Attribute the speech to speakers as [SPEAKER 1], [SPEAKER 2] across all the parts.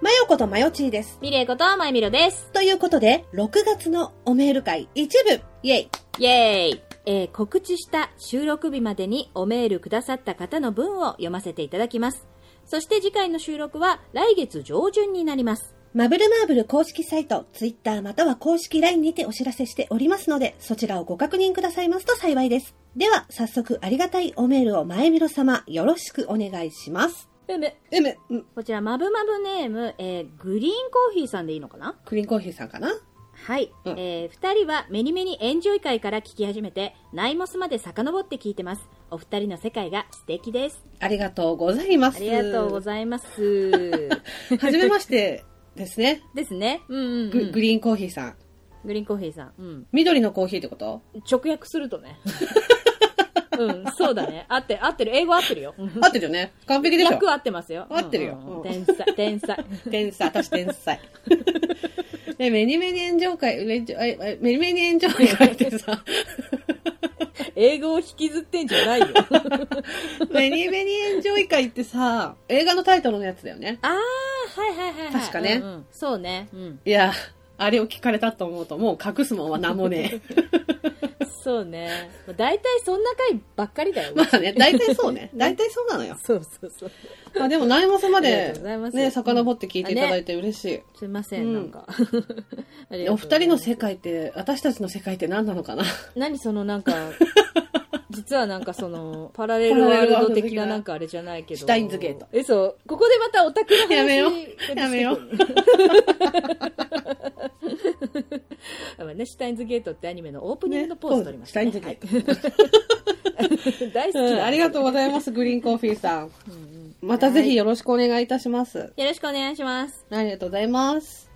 [SPEAKER 1] マヨことマヨチーです。
[SPEAKER 2] ミレイことマイミロです。
[SPEAKER 1] ということで、6月のおメール会一部、イェイ
[SPEAKER 2] イェーイえー告知した収録日までにおメールくださった方の文を読ませていただきます。そして次回の収録は来月上旬になります。
[SPEAKER 1] マブルマーブル公式サイト、ツイッターまたは公式 LINE にてお知らせしておりますので、そちらをご確認くださいますと幸いです。では、早速ありがたいおメールを前みろ様、よろしくお願いします。
[SPEAKER 2] うむ。
[SPEAKER 1] うむ、うん
[SPEAKER 2] こちら、まぶまぶネーム、えーグリーンコーヒーさんでいいのかな
[SPEAKER 1] クリーンコーヒーさんかな
[SPEAKER 2] はい、
[SPEAKER 1] うん
[SPEAKER 2] えー二人はメニメニエンジョイ会から聞き始めてナイモスまで遡って聞いてますお二人の世界が素敵です
[SPEAKER 1] ありがとうございま
[SPEAKER 2] あ
[SPEAKER 1] す。
[SPEAKER 2] りがとうご
[SPEAKER 1] い
[SPEAKER 2] ざいます
[SPEAKER 1] ます。はじめましてですね。
[SPEAKER 2] ですねうんうん、うん、
[SPEAKER 1] ググ
[SPEAKER 2] リ
[SPEAKER 1] リーンコーヒーさん。
[SPEAKER 2] ーンコーヒーさん、うん、
[SPEAKER 1] 緑のコーヒーってこと
[SPEAKER 2] 直訳すると ねうんそうだね合ってる合ってる英語合ってるよ
[SPEAKER 1] 合ってるよね完璧でしょ
[SPEAKER 2] 訳合ってますよ
[SPEAKER 1] 合ってるよ
[SPEAKER 2] うんうんうん
[SPEAKER 1] うん
[SPEAKER 2] 天才天才
[SPEAKER 1] 天才、私天才。 ね、メニメニ炎上会、メニメニメニ炎上会って さ、
[SPEAKER 2] 英語を引きずってんじゃ ないよ
[SPEAKER 1] メニメニ炎上会ってさ、映画のタイトルのやつだよね。
[SPEAKER 2] ああはいはいはい、はい、
[SPEAKER 1] 確かね
[SPEAKER 2] うんうんそうねうん
[SPEAKER 1] いや、あれを聞かれたと思うと、もう隠すもんは何もね え。
[SPEAKER 2] そうね。まあ大体そんな回ばっかりだよ。
[SPEAKER 1] まあね、大体そうね。大体そうなのよ。
[SPEAKER 2] そうそうそう。
[SPEAKER 1] まあでも、内もさま
[SPEAKER 2] ありが
[SPEAKER 1] で
[SPEAKER 2] とうございま、す
[SPEAKER 1] ね、遡って聞いていただいて嬉しい。
[SPEAKER 2] すいませ
[SPEAKER 1] う
[SPEAKER 2] ん、
[SPEAKER 1] ん
[SPEAKER 2] なんか。ありがとうございます
[SPEAKER 1] お二人の世界って、私たちの世界って何なのかな
[SPEAKER 2] 何そのな んか、実はなんかその、パラレルワールド的ななんかあれじゃないけど。
[SPEAKER 1] シュタインズゲート
[SPEAKER 2] え、そう。ここでまたオタクの話
[SPEAKER 1] やめよう
[SPEAKER 2] が出てくる
[SPEAKER 1] やめよう。
[SPEAKER 2] あまあね、シュタインズゲートってアニメのオープニングのポーズ撮りました、
[SPEAKER 1] ね
[SPEAKER 2] ね。
[SPEAKER 1] シュタイン
[SPEAKER 2] ズゲート。 大好き
[SPEAKER 1] うん、
[SPEAKER 2] な
[SPEAKER 1] ありがとうございます、グリーンコーヒーさん。
[SPEAKER 2] うんうん
[SPEAKER 1] またぜひよろしくお願いいたします。
[SPEAKER 2] よろしくお願いします。
[SPEAKER 1] ありがとうございます。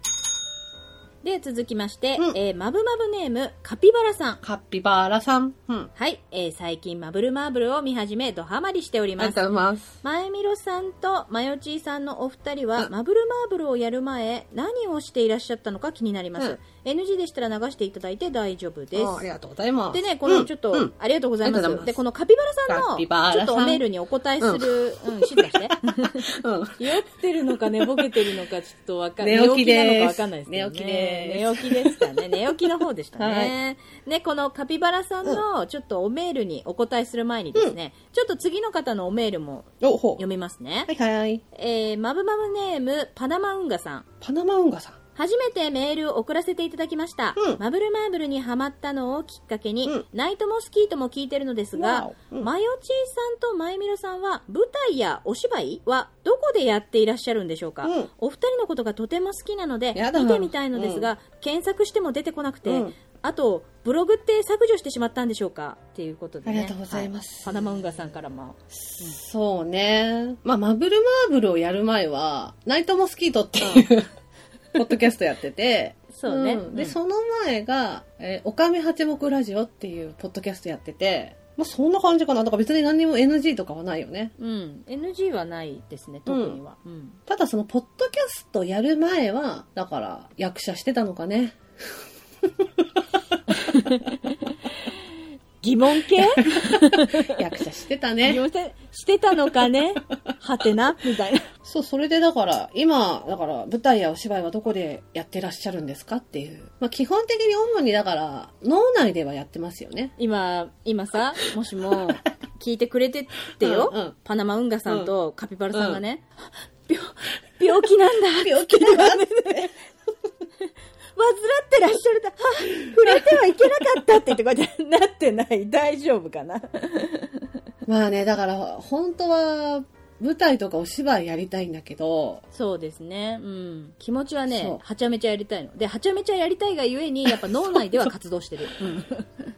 [SPEAKER 2] で、続きまして、
[SPEAKER 1] うん
[SPEAKER 2] えーまぶまぶネーム、カピバラさん。
[SPEAKER 1] カッピバーラさん。うん。
[SPEAKER 2] はい、えー最近マブルマーブルを見始めドハマりしており
[SPEAKER 1] ありがと
[SPEAKER 2] ま
[SPEAKER 1] うご
[SPEAKER 2] す
[SPEAKER 1] ざいます。
[SPEAKER 2] 前みろさんとまよちーさんのお二人は、
[SPEAKER 1] うん
[SPEAKER 2] マブルマーブルをやる前何をしていらっしゃったのか気になります、NG でしたら流していただいて大丈夫です
[SPEAKER 1] あありがとうございます。
[SPEAKER 2] でねこのちょっと、
[SPEAKER 1] うんうん
[SPEAKER 2] ありがとうございま
[SPEAKER 1] あり
[SPEAKER 2] す
[SPEAKER 1] がとうございます
[SPEAKER 2] でこのカピバラさ
[SPEAKER 1] カ
[SPEAKER 2] ん
[SPEAKER 1] ピ
[SPEAKER 2] の
[SPEAKER 1] バラさん
[SPEAKER 2] ちょっとおメールにお答えする、うん静かに して
[SPEAKER 1] うん
[SPEAKER 2] 酔ってるのか寝ぼけてるのかちょっとわかん
[SPEAKER 1] 寝起きです
[SPEAKER 2] なのかわかんないですけど
[SPEAKER 1] 寝起きで
[SPEAKER 2] ね。寝起きでしたね。寝起きの方でしたね。ね、このカピバラさんのちょっとおメールにお答えする前にですね、ちょっと次の方のおメールも
[SPEAKER 1] お、ほう
[SPEAKER 2] 読みますね。
[SPEAKER 1] はいはい。
[SPEAKER 2] えー、まぶまぶネーム、パナマ運河さん。
[SPEAKER 1] パナマ運河さん。
[SPEAKER 2] 初めてメールを送らせていただきました、
[SPEAKER 1] うん
[SPEAKER 2] マブルマーブルにハマったのをきっかけに、
[SPEAKER 1] うん
[SPEAKER 2] ナイトモスキートも聞いてるのです
[SPEAKER 1] わ
[SPEAKER 2] が
[SPEAKER 1] お、うん
[SPEAKER 2] マヨチーさんとマイミロさんは舞台やお芝居はどこでやっていらっしゃるんでしょうか、
[SPEAKER 1] うん
[SPEAKER 2] お二人のことがとても好きなので
[SPEAKER 1] やだな
[SPEAKER 2] 見てみたいのですが、検索しても出てこなくて、
[SPEAKER 1] うん
[SPEAKER 2] あとブログって削除してしまったんでしょうかっていうことで、ね、
[SPEAKER 1] ありがとうございます
[SPEAKER 2] はパナマ運河さんからも
[SPEAKER 1] そうね。まあ、マブルマーブルをやる前は、ナイトモスキートっていう、 ポッドキャストやってて、
[SPEAKER 2] そうね、
[SPEAKER 1] んで、
[SPEAKER 2] うん
[SPEAKER 1] その前が、えー、おかみ八目ラジオっていうポッドキャストやってて、まあ、そんな感じかな。だから別に何にも NG とかはないよね。
[SPEAKER 2] うん、NG はないですね特には、うん
[SPEAKER 1] ただその、ポッドキャストやる前は、だから、役者してたのか ね。
[SPEAKER 2] 疑問 系
[SPEAKER 1] 役者してた
[SPEAKER 2] 利
[SPEAKER 1] ね。
[SPEAKER 2] 用してしてたのか ねはてなみたいな。
[SPEAKER 1] そう、それでだから、今、だから、舞台やお芝居はどこでやってらっしゃるんですかっていう。まあ、基本的に主にだから、脳内ではやってますよね。
[SPEAKER 2] 今、今さ、もしも、聞いてくれてってよ、
[SPEAKER 1] うんうん
[SPEAKER 2] パナマ運河さんとカピバラさんがね、病、病気なんだ。
[SPEAKER 1] 病気だなって。
[SPEAKER 2] 患ってらっしゃるだ。あ触れてはいけなかったって言って、こうやってなってない。大丈夫かな。
[SPEAKER 1] まあね、だから、本当は、舞台とかお芝居やりたいんだけど、
[SPEAKER 2] そうですね。うん。気持ちは
[SPEAKER 1] そ
[SPEAKER 2] ね
[SPEAKER 1] う、
[SPEAKER 2] はちゃめちゃやりたいの。で、はちゃめちゃやりたいがゆえに、やっぱ脳内では活動し てる。うん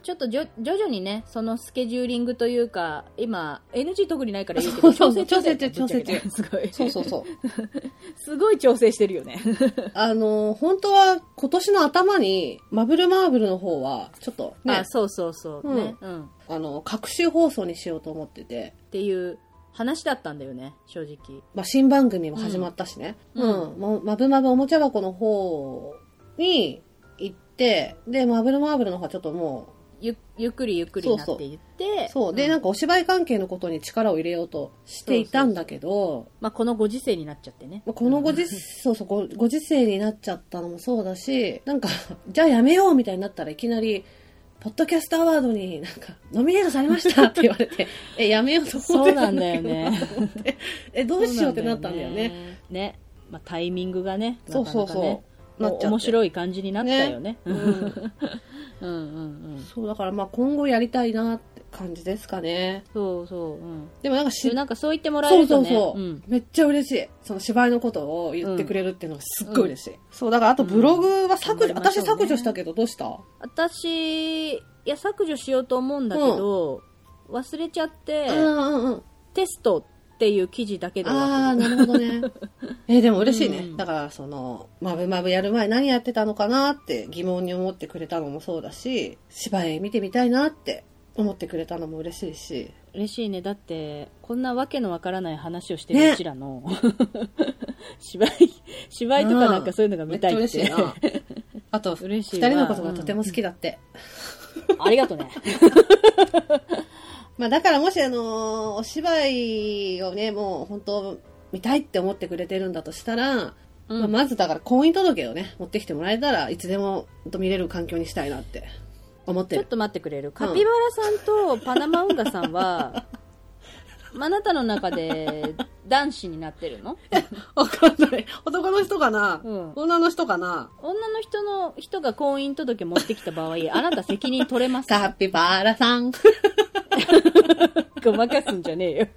[SPEAKER 2] ちょっとじょ徐々にね、そのスケジューリングというか、今、NG 特にないから言うけど、
[SPEAKER 1] そうそう
[SPEAKER 2] 調整中だよね。
[SPEAKER 1] そう
[SPEAKER 2] す
[SPEAKER 1] そ
[SPEAKER 2] ご
[SPEAKER 1] う
[SPEAKER 2] い。
[SPEAKER 1] そう。
[SPEAKER 2] すごい調整してるよね。
[SPEAKER 1] あの、本当は今年の頭に、マブルマーブルの方は、ちょっと ね
[SPEAKER 2] あ、、そうそうそう。
[SPEAKER 1] うん
[SPEAKER 2] ね。うん。っ
[SPEAKER 1] あの、各週放送にしようと思ってて、
[SPEAKER 2] ていう話だったんだよね、正直。
[SPEAKER 1] まあ、新番組も始まったしね。
[SPEAKER 2] うん
[SPEAKER 1] うん。もうまぶまぶおもちゃ箱の方に行って、で、マブルマーブルの方はちょっともう、
[SPEAKER 2] ゆゆっくりゆっくりなって言って
[SPEAKER 1] そう。で、
[SPEAKER 2] ん
[SPEAKER 1] なんかお芝居関係のことに力を入れようとしていたんだけど、
[SPEAKER 2] まあ、このご時世になっちゃってね
[SPEAKER 1] まあこのご時そうそうご、ご時世になっちゃったのもそうだし、なんか、じゃあやめようみたいになったらいきなり、ポッドキャストアワードになんか、ノミネートされましたって言われ て、え、やめようと思ってたんだけど
[SPEAKER 2] そうなんだよね
[SPEAKER 1] なと思ってえ、どうしようってなったんだよね。
[SPEAKER 2] ね、まあ、タイミングがねなか
[SPEAKER 1] そ
[SPEAKER 2] な
[SPEAKER 1] う
[SPEAKER 2] か
[SPEAKER 1] そう
[SPEAKER 2] ね
[SPEAKER 1] そう。なっちゃ
[SPEAKER 2] 面
[SPEAKER 1] って。
[SPEAKER 2] 白い感じになったよね
[SPEAKER 1] うん
[SPEAKER 2] うんうんうん
[SPEAKER 1] そう、だからまあ今後やりたいなって感じですかね。
[SPEAKER 2] そうそう、うん、
[SPEAKER 1] でもなんかし
[SPEAKER 2] でもなんかそう言ってもらえ
[SPEAKER 1] そう
[SPEAKER 2] る
[SPEAKER 1] そ
[SPEAKER 2] と
[SPEAKER 1] う
[SPEAKER 2] ね
[SPEAKER 1] そう、
[SPEAKER 2] ん
[SPEAKER 1] めっちゃ嬉しい。その芝居のことを言ってくれるっていうのがすっごい嬉しい。そう、だからあとブログは削除、
[SPEAKER 2] うん
[SPEAKER 1] 私削除したけどどうした
[SPEAKER 2] 私いや削除しようと思うんだけど、忘れちゃって、
[SPEAKER 1] うんうんうん。
[SPEAKER 2] テストっていう記事だけで終わ
[SPEAKER 1] あ
[SPEAKER 2] っ
[SPEAKER 1] あ、
[SPEAKER 2] て
[SPEAKER 1] なるほどね。 え、でも嬉しいね。
[SPEAKER 2] うん
[SPEAKER 1] だから、その、まぶまぶやる前何やってたのかなって疑問に思ってくれたのもそうだし、芝居見てみたいなって思ってくれたのも嬉しいし、
[SPEAKER 2] 嬉しいねだってこんなわけのわからない話をして
[SPEAKER 1] ね
[SPEAKER 2] るうちらの、 芝居芝居とかなんかそういうのが
[SPEAKER 1] めっ
[SPEAKER 2] 見
[SPEAKER 1] ち
[SPEAKER 2] た
[SPEAKER 1] ゃ
[SPEAKER 2] いっ
[SPEAKER 1] 嬉
[SPEAKER 2] て
[SPEAKER 1] しい な。あと、二
[SPEAKER 2] 嬉しい
[SPEAKER 1] 人
[SPEAKER 2] わ
[SPEAKER 1] のことがとても好きだって。
[SPEAKER 2] ありがとうね
[SPEAKER 1] まあだからもしあのーお芝居をね、もう本当見たいって思ってくれてるんだとしたら、
[SPEAKER 2] うん
[SPEAKER 1] まあまずだから婚姻届をね、持ってきてもらえたらいつでもほんと見れる環境にしたいなって思って
[SPEAKER 2] ちょっ
[SPEAKER 1] る。
[SPEAKER 2] と待ってくれるカピバラさんとパナマ運河さんは、 まああなたの中で男子になってるの
[SPEAKER 1] わかんない。男の人かな、
[SPEAKER 2] うん
[SPEAKER 1] 女の人かな
[SPEAKER 2] 女の人の人が婚姻届持ってきた場合あなた責任取れ ます
[SPEAKER 1] カピバラさん。
[SPEAKER 2] ごまかすんじゃねえよ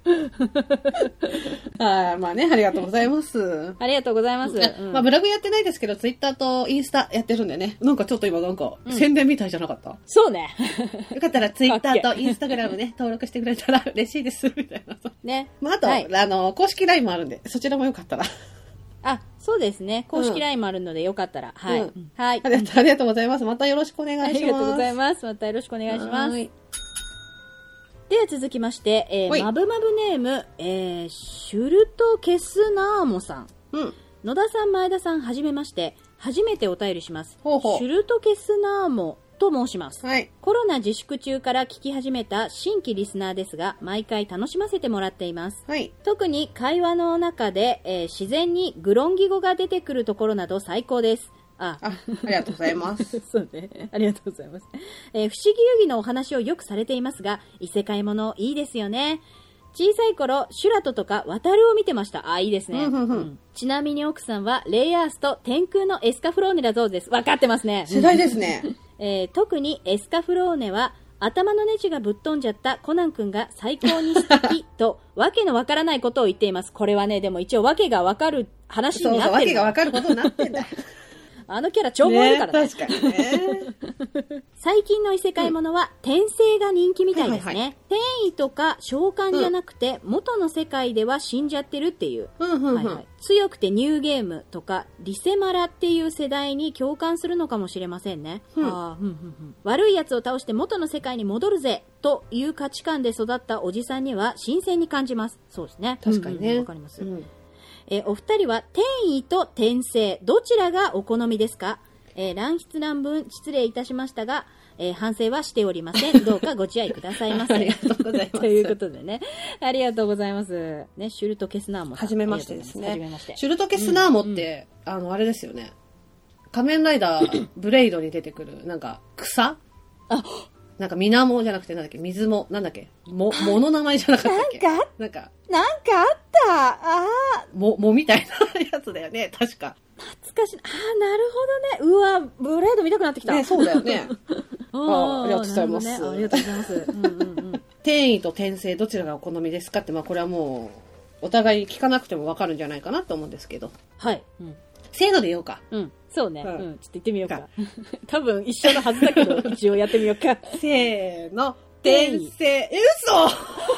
[SPEAKER 1] はい、まあね、ありがとうござい ます。
[SPEAKER 2] ありがとうございます、
[SPEAKER 1] あ
[SPEAKER 2] うん
[SPEAKER 1] まあブログやってないですけど、ツイッターとインスタやってるんでね。なんかちょっと今なんか
[SPEAKER 2] うん
[SPEAKER 1] 宣伝みたいじゃなかった、
[SPEAKER 2] そうね
[SPEAKER 1] よかったらツイッターとインスタグ ラムね、登録してくれたら嬉しいです、みたいな。
[SPEAKER 2] ね
[SPEAKER 1] まあ、あと、
[SPEAKER 2] はい
[SPEAKER 1] あの、公式 LINE もあるんで、そちらもよかったら。
[SPEAKER 2] あそうですね公
[SPEAKER 1] うん
[SPEAKER 2] 式 LINE もあるのでよかったら、はい、
[SPEAKER 1] うん
[SPEAKER 2] はい
[SPEAKER 1] ありがとうありがとうございます。またよろしくお願
[SPEAKER 2] あ
[SPEAKER 1] いします。
[SPEAKER 2] りがとうございますまたよろしくお願いします
[SPEAKER 1] はい
[SPEAKER 2] では続きまして、え
[SPEAKER 1] は
[SPEAKER 2] ー、
[SPEAKER 1] い
[SPEAKER 2] マブマブネーム、えー、シュルト・ケスナーモさん
[SPEAKER 1] うん。
[SPEAKER 2] 野田さん前田さんはじめまして初めてお便りします
[SPEAKER 1] ほうほう
[SPEAKER 2] シュルト・ケスナーモと申します
[SPEAKER 1] はい。
[SPEAKER 2] コロナ自粛中から聞き始めた新規リスナーですが毎回楽しませてもらっています
[SPEAKER 1] はい。
[SPEAKER 2] 特に会話の中で、えー自然にグロンギ語が出てくるところなど最高ですあ
[SPEAKER 1] あ、ありがとうございます。
[SPEAKER 2] そうね。ありがとうございます。えー不思議遊戯のお話をよくされていますが、異世界ものいいですよね。小さい頃、シュラトとか渡るを見てました。あ、いいですね。
[SPEAKER 1] うんうんうん
[SPEAKER 2] ちなみに奥さんは、レイアースと天空のエスカフローネだそうです。わかってますね。
[SPEAKER 1] 世代ですね。
[SPEAKER 2] えー特にエスカフローネは、頭のネジがぶっ飛んじゃったコナン君が最高に素敵と、わけのわからないことを言っています。これはね、でも一応わけがわかる話
[SPEAKER 1] そう
[SPEAKER 2] に
[SPEAKER 1] そう、
[SPEAKER 2] なっ
[SPEAKER 1] わ
[SPEAKER 2] て
[SPEAKER 1] け
[SPEAKER 2] るか
[SPEAKER 1] が
[SPEAKER 2] ら
[SPEAKER 1] わかることになってん だ。
[SPEAKER 2] あのキャラ超燃えるからね。
[SPEAKER 1] ね確かにね。
[SPEAKER 2] 最近の異世界ものは転生が人気みたいです
[SPEAKER 1] は
[SPEAKER 2] ね、
[SPEAKER 1] いはいは
[SPEAKER 2] 転移とか召喚じゃなくて、元の世界では死んじゃってるっていう、
[SPEAKER 1] うんうんうん。
[SPEAKER 2] はいはい、強くてニューゲームとかリセマラっていう世代に共感するのかもしれませんね、
[SPEAKER 1] うん
[SPEAKER 2] あーうんうんうん悪いやつを倒して元の世界に戻るぜという価値観で育ったおじさんには新鮮に感じますそうですね
[SPEAKER 1] 確かにね。
[SPEAKER 2] うんうんわ、かります、
[SPEAKER 1] うん
[SPEAKER 2] えーお二人は転移と転生どちらがお好みですか、えー乱筆乱文失礼いたしましたが、えー反省はしておりませ んどうかご自愛くださいませ
[SPEAKER 1] ありがとうございます
[SPEAKER 2] ということでねありがとうございますねシュルトケスナーも
[SPEAKER 1] はじめましてですね。
[SPEAKER 2] はじめまして
[SPEAKER 1] シュルトケスナーモって、あの、あれですよね。仮面ライダー、ブレイドに出てくる、なんか、草
[SPEAKER 2] あ
[SPEAKER 1] なんか、水面じゃなくて、なんだっけ、水も、なんだっけ、も、もの名前じゃなかったっけ
[SPEAKER 2] なん
[SPEAKER 1] か、なんか、
[SPEAKER 2] なんかあったああ
[SPEAKER 1] も、もみたいなやつだよね、確か。
[SPEAKER 2] 懐かしいあーなるほどねうわブレード見たくなってきた、
[SPEAKER 1] ね、そうだよね。
[SPEAKER 2] ー
[SPEAKER 1] あーありがとうございます
[SPEAKER 2] なるほどねありがとうございますうんうんうん
[SPEAKER 1] 転移と転生、どちらがお好みですかって、まあ、これはもう、お互い聞かなくてもわかるんじゃないかなと思うんですけど。
[SPEAKER 2] はい、うん
[SPEAKER 1] せーので言おうか。
[SPEAKER 2] うん、そうね、
[SPEAKER 1] う
[SPEAKER 2] うんんちょっと行ってみようか 多分一緒のはず だけど一応やってみようか
[SPEAKER 1] せーの、
[SPEAKER 2] 転
[SPEAKER 1] 転
[SPEAKER 2] 移
[SPEAKER 1] 生、え嘘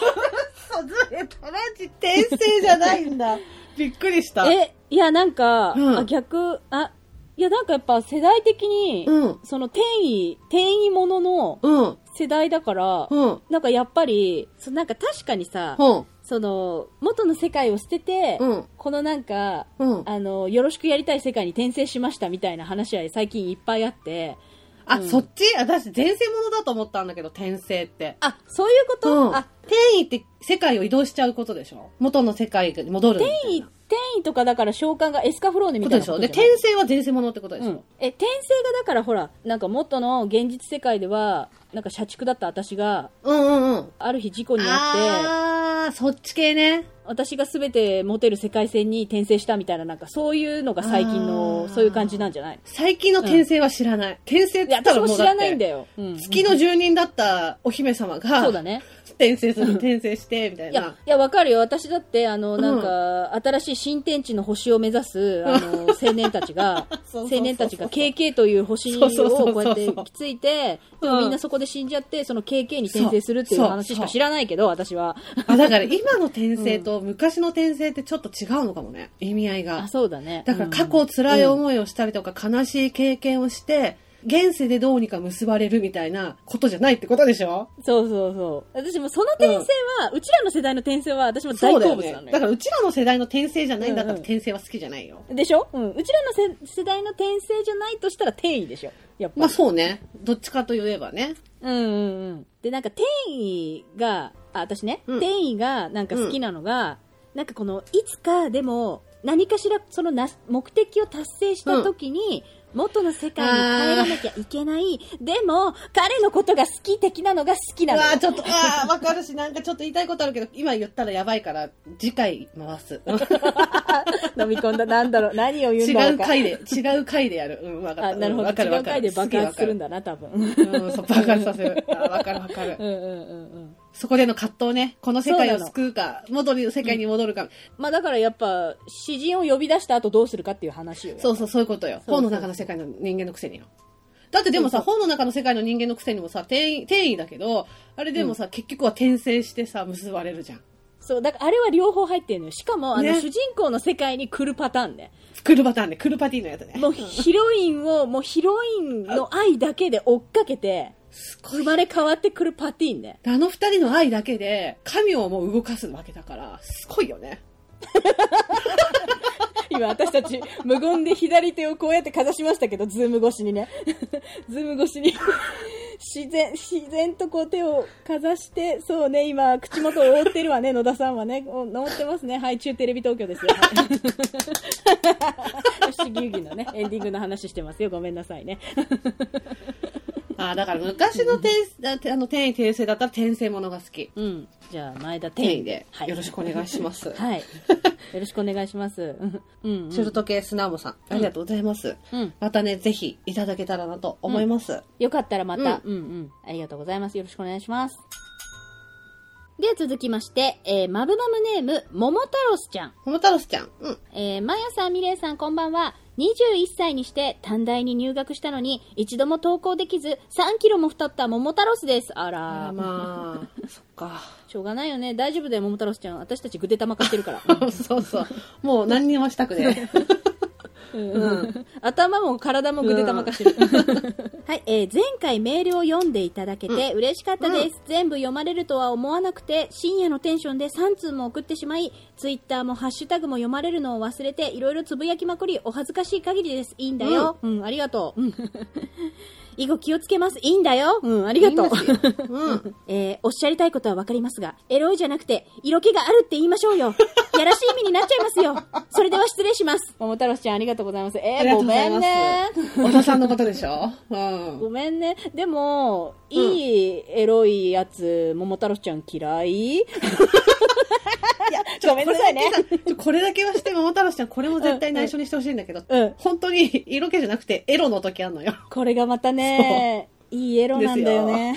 [SPEAKER 1] 嘘ずれたラジ転生じゃないんだ。 びっくりした。
[SPEAKER 2] えいやなんか、
[SPEAKER 1] うん
[SPEAKER 2] あ逆あいやなんかやっぱ世代的に、
[SPEAKER 1] うん、
[SPEAKER 2] その転移転移ものの
[SPEAKER 1] うん、
[SPEAKER 2] 世代だから、
[SPEAKER 1] うん、
[SPEAKER 2] なんかやっぱりそなんか確かにさ、
[SPEAKER 1] うん、
[SPEAKER 2] その元の世界を捨てて、
[SPEAKER 1] うん、
[SPEAKER 2] このなんか
[SPEAKER 1] うん。
[SPEAKER 2] あのよろしくやりたい世界に転生しましたみたいな話は最近いっぱいあって
[SPEAKER 1] あ、
[SPEAKER 2] うん
[SPEAKER 1] そっち私、前世ものだと思ったんだけど、転生って。
[SPEAKER 2] あ、そういうこと、
[SPEAKER 1] うん
[SPEAKER 2] あ、
[SPEAKER 1] 転移って世界を移動しちゃうことでしょ元の世界に戻るみたいな。
[SPEAKER 2] 転移、転移とかだから召喚がエスカフローネみ
[SPEAKER 1] こ
[SPEAKER 2] た
[SPEAKER 1] とでし
[SPEAKER 2] いなこ
[SPEAKER 1] ょ
[SPEAKER 2] と
[SPEAKER 1] で、
[SPEAKER 2] じゃない
[SPEAKER 1] 転生は前世ものってことでしょ、
[SPEAKER 2] うん、え転生がだからほらなんか元の現実世界ではなんか社畜だった私が
[SPEAKER 1] うんうんうん。
[SPEAKER 2] ある日事故に遭って
[SPEAKER 1] あー、そっち系ね。
[SPEAKER 2] 私が全て持てる世界線に転生したみたいななんかそういうのが最近の
[SPEAKER 1] あー
[SPEAKER 2] そういう感じなんじゃない
[SPEAKER 1] 最近の転生は知らない。転生っ
[SPEAKER 2] い
[SPEAKER 1] て
[SPEAKER 2] や
[SPEAKER 1] 言ったら
[SPEAKER 2] 私
[SPEAKER 1] も
[SPEAKER 2] も
[SPEAKER 1] うだっ
[SPEAKER 2] 知
[SPEAKER 1] て
[SPEAKER 2] らないんだよ、うん、
[SPEAKER 1] 月の住人だったお姫様が、
[SPEAKER 2] そうだね
[SPEAKER 1] 転生する、転生して、みたい
[SPEAKER 2] い
[SPEAKER 1] な
[SPEAKER 2] や。いやわかるよ私だってあの
[SPEAKER 1] ん
[SPEAKER 2] なんか、新しい新天地の星を目指すあの青年たちが
[SPEAKER 1] そうそうそう
[SPEAKER 2] 青
[SPEAKER 1] そう
[SPEAKER 2] 年たちが KK という星
[SPEAKER 1] そ
[SPEAKER 2] を
[SPEAKER 1] うそうそうそう
[SPEAKER 2] こうやってきついてでも
[SPEAKER 1] うん
[SPEAKER 2] みんなそこで死んじゃってその KK に転生するっていう
[SPEAKER 1] そう
[SPEAKER 2] 話しか知らないけど私は
[SPEAKER 1] あ、だから今の転生と昔の転生ってちょっと違うのかもね。意味合いが
[SPEAKER 2] あ。そうだね
[SPEAKER 1] だから過去辛い思いをしたりとか悲しい経験をして、現世でどうにか結ばれるみたいなことじゃないってことでしょ
[SPEAKER 2] そうそうそう私もその転生は、うちらの世代の転生は私も
[SPEAKER 1] そ
[SPEAKER 2] 大好
[SPEAKER 1] うだよ
[SPEAKER 2] 物
[SPEAKER 1] ね
[SPEAKER 2] なの。よ
[SPEAKER 1] だからうちらの世代の転生じゃないんだった
[SPEAKER 2] う
[SPEAKER 1] ら
[SPEAKER 2] んうん
[SPEAKER 1] 転生は好きじゃないよ。
[SPEAKER 2] でしょ、うん、うちらのせ世代の転生じゃないとしたら転移でしょやっぱり
[SPEAKER 1] まあそうね。どっちかといえばね。
[SPEAKER 2] うんうんうん。で、なんか、転移が、あ、私ね、
[SPEAKER 1] うん
[SPEAKER 2] 転移が、なんか好きなのが、なんかこの、いつかでも、何かしら、そのな、目的を達成した時に、元の世界に帰らなきゃいけない。でも、彼のことが好き的なのが好き
[SPEAKER 1] う
[SPEAKER 2] な
[SPEAKER 1] わ
[SPEAKER 2] の。
[SPEAKER 1] ーちょっと、あーわかるし、なんかちょっと言いたいことあるけど、今言ったらやばいから、次回回 す。
[SPEAKER 2] 飲み込んだ、なんだろう、何を言うんだ
[SPEAKER 1] 違
[SPEAKER 2] ろ
[SPEAKER 1] う
[SPEAKER 2] うか。
[SPEAKER 1] 回 で、違う回でやる。うん、わかった。
[SPEAKER 2] あ、なる
[SPEAKER 1] う
[SPEAKER 2] ほ
[SPEAKER 1] ん
[SPEAKER 2] ど。
[SPEAKER 1] わかる
[SPEAKER 2] 違
[SPEAKER 1] わ
[SPEAKER 2] う
[SPEAKER 1] かる。
[SPEAKER 2] 回で爆発するん
[SPEAKER 1] だ。
[SPEAKER 2] だな、多分。
[SPEAKER 1] うん、そう、爆発させ る。あーわかるわかる
[SPEAKER 2] う。んうんうんうん。
[SPEAKER 1] そこでの葛藤ね。この世界
[SPEAKER 2] そう
[SPEAKER 1] を
[SPEAKER 2] なの
[SPEAKER 1] 救うか、元の世界に戻るか。
[SPEAKER 2] まあだからやっぱ、詩人を呼び出した後どうするかっていう話よ。
[SPEAKER 1] そうそう、そういうことよ。
[SPEAKER 2] そう
[SPEAKER 1] 本の中の世界の人間のくせによ。だってでもさ、
[SPEAKER 2] そう
[SPEAKER 1] 本の中の世界の人間のくせにもさ、転移、転移だけど、あれでもさ、結局は転生してさ、結ばれるじゃん。
[SPEAKER 2] そう、だからあれは両方入ってるのよ。しかも、あの、
[SPEAKER 1] ね
[SPEAKER 2] 主人公の世界に来るパターンね。
[SPEAKER 1] クルパターンね、クルパティのやつね。
[SPEAKER 2] もうヒロインを、もうヒロインの愛だけで追っかけて、生まれ変わってくるパティー ンね。
[SPEAKER 1] あの二人の愛だけで、神をもう動かすわけだから、すごいよね。
[SPEAKER 2] 今私たち、無言で左手をこうやってかざしましたけど、ズーム越しにね。 ズーム越しに。自然、自然とこう手をかざして、そうね、今、口元を覆ってるわね、野田さんはね。お覆ってますね。はい、中テレビ東京ですよ。はい、 不思議遊戯のね、エンディングの話してますよ。ごめんなさいね。
[SPEAKER 1] ああ、だから昔の転、だってあの転移転生だったら転生ものが好き。
[SPEAKER 2] うん。じゃあ、前田
[SPEAKER 1] 転
[SPEAKER 2] 天
[SPEAKER 1] 移で、よろしくお願いします。
[SPEAKER 2] はい。よろしくお願いします。うんうん。
[SPEAKER 1] シュルト系砂もさん、ありがとうございます。
[SPEAKER 2] うん。
[SPEAKER 1] またね、ぜひいただけたらなと思います。
[SPEAKER 2] よかったらまた、
[SPEAKER 1] う
[SPEAKER 2] うん、うんうんありがとうございます。よろしくお願いします。では続きまして、えー、マブマムネーム、桃太郎ちゃん。
[SPEAKER 1] 桃太郎ちゃん、うん。
[SPEAKER 2] えー、まやさん、みれいさん、こんばんは。21歳にして短大に入学したのに、一度も登校できず、3キロも太った桃太郎です。あら
[SPEAKER 1] あーまあ、そっか。
[SPEAKER 2] しょうがないよね。大丈夫だよ、桃太郎ちゃん。私たちぐでたま化してるから。
[SPEAKER 1] そうそう。もう何にもしたく ね。
[SPEAKER 2] うん 頭も体もぐでたまかしてる。 はい、えー前回メールを読んでいただけて嬉しかったです。全部読まれるとは思わなくて、深夜のテンションで3通も送ってしまい、ツイッターもハッシュタグも読まれるのを忘れて、いろいろつぶやきまくり、お恥ずかしい限りです。いいんだよ。うん、ありがと う。うん以後気をつけます。いいんだよ。うん、ありがとう。
[SPEAKER 1] うん。
[SPEAKER 2] えーおっしゃりたいことはわかりますが、エロいじゃなくて、色気があるって言いましょう よ。やらしい意味になっちゃいますよ。それでは失礼します。桃太郎ちゃん、ありがとうございます。え
[SPEAKER 1] あり
[SPEAKER 2] ー、
[SPEAKER 1] がと
[SPEAKER 2] ご
[SPEAKER 1] うござ
[SPEAKER 2] め
[SPEAKER 1] い
[SPEAKER 2] ん
[SPEAKER 1] ま
[SPEAKER 2] ね。
[SPEAKER 1] す。小田さんのことでしょうん。
[SPEAKER 2] ごめんね。でも、いいエロいやつ、桃太郎ちゃん嫌 いごめんなさいね。
[SPEAKER 1] ちょこれだけはして、桃太郎ちゃん、これも絶対内緒にしてほしいんだけど、
[SPEAKER 2] うん
[SPEAKER 1] 本当に色気じゃなくて、エロの時あんのよ。
[SPEAKER 2] これがまたね、いいエロなんだよね。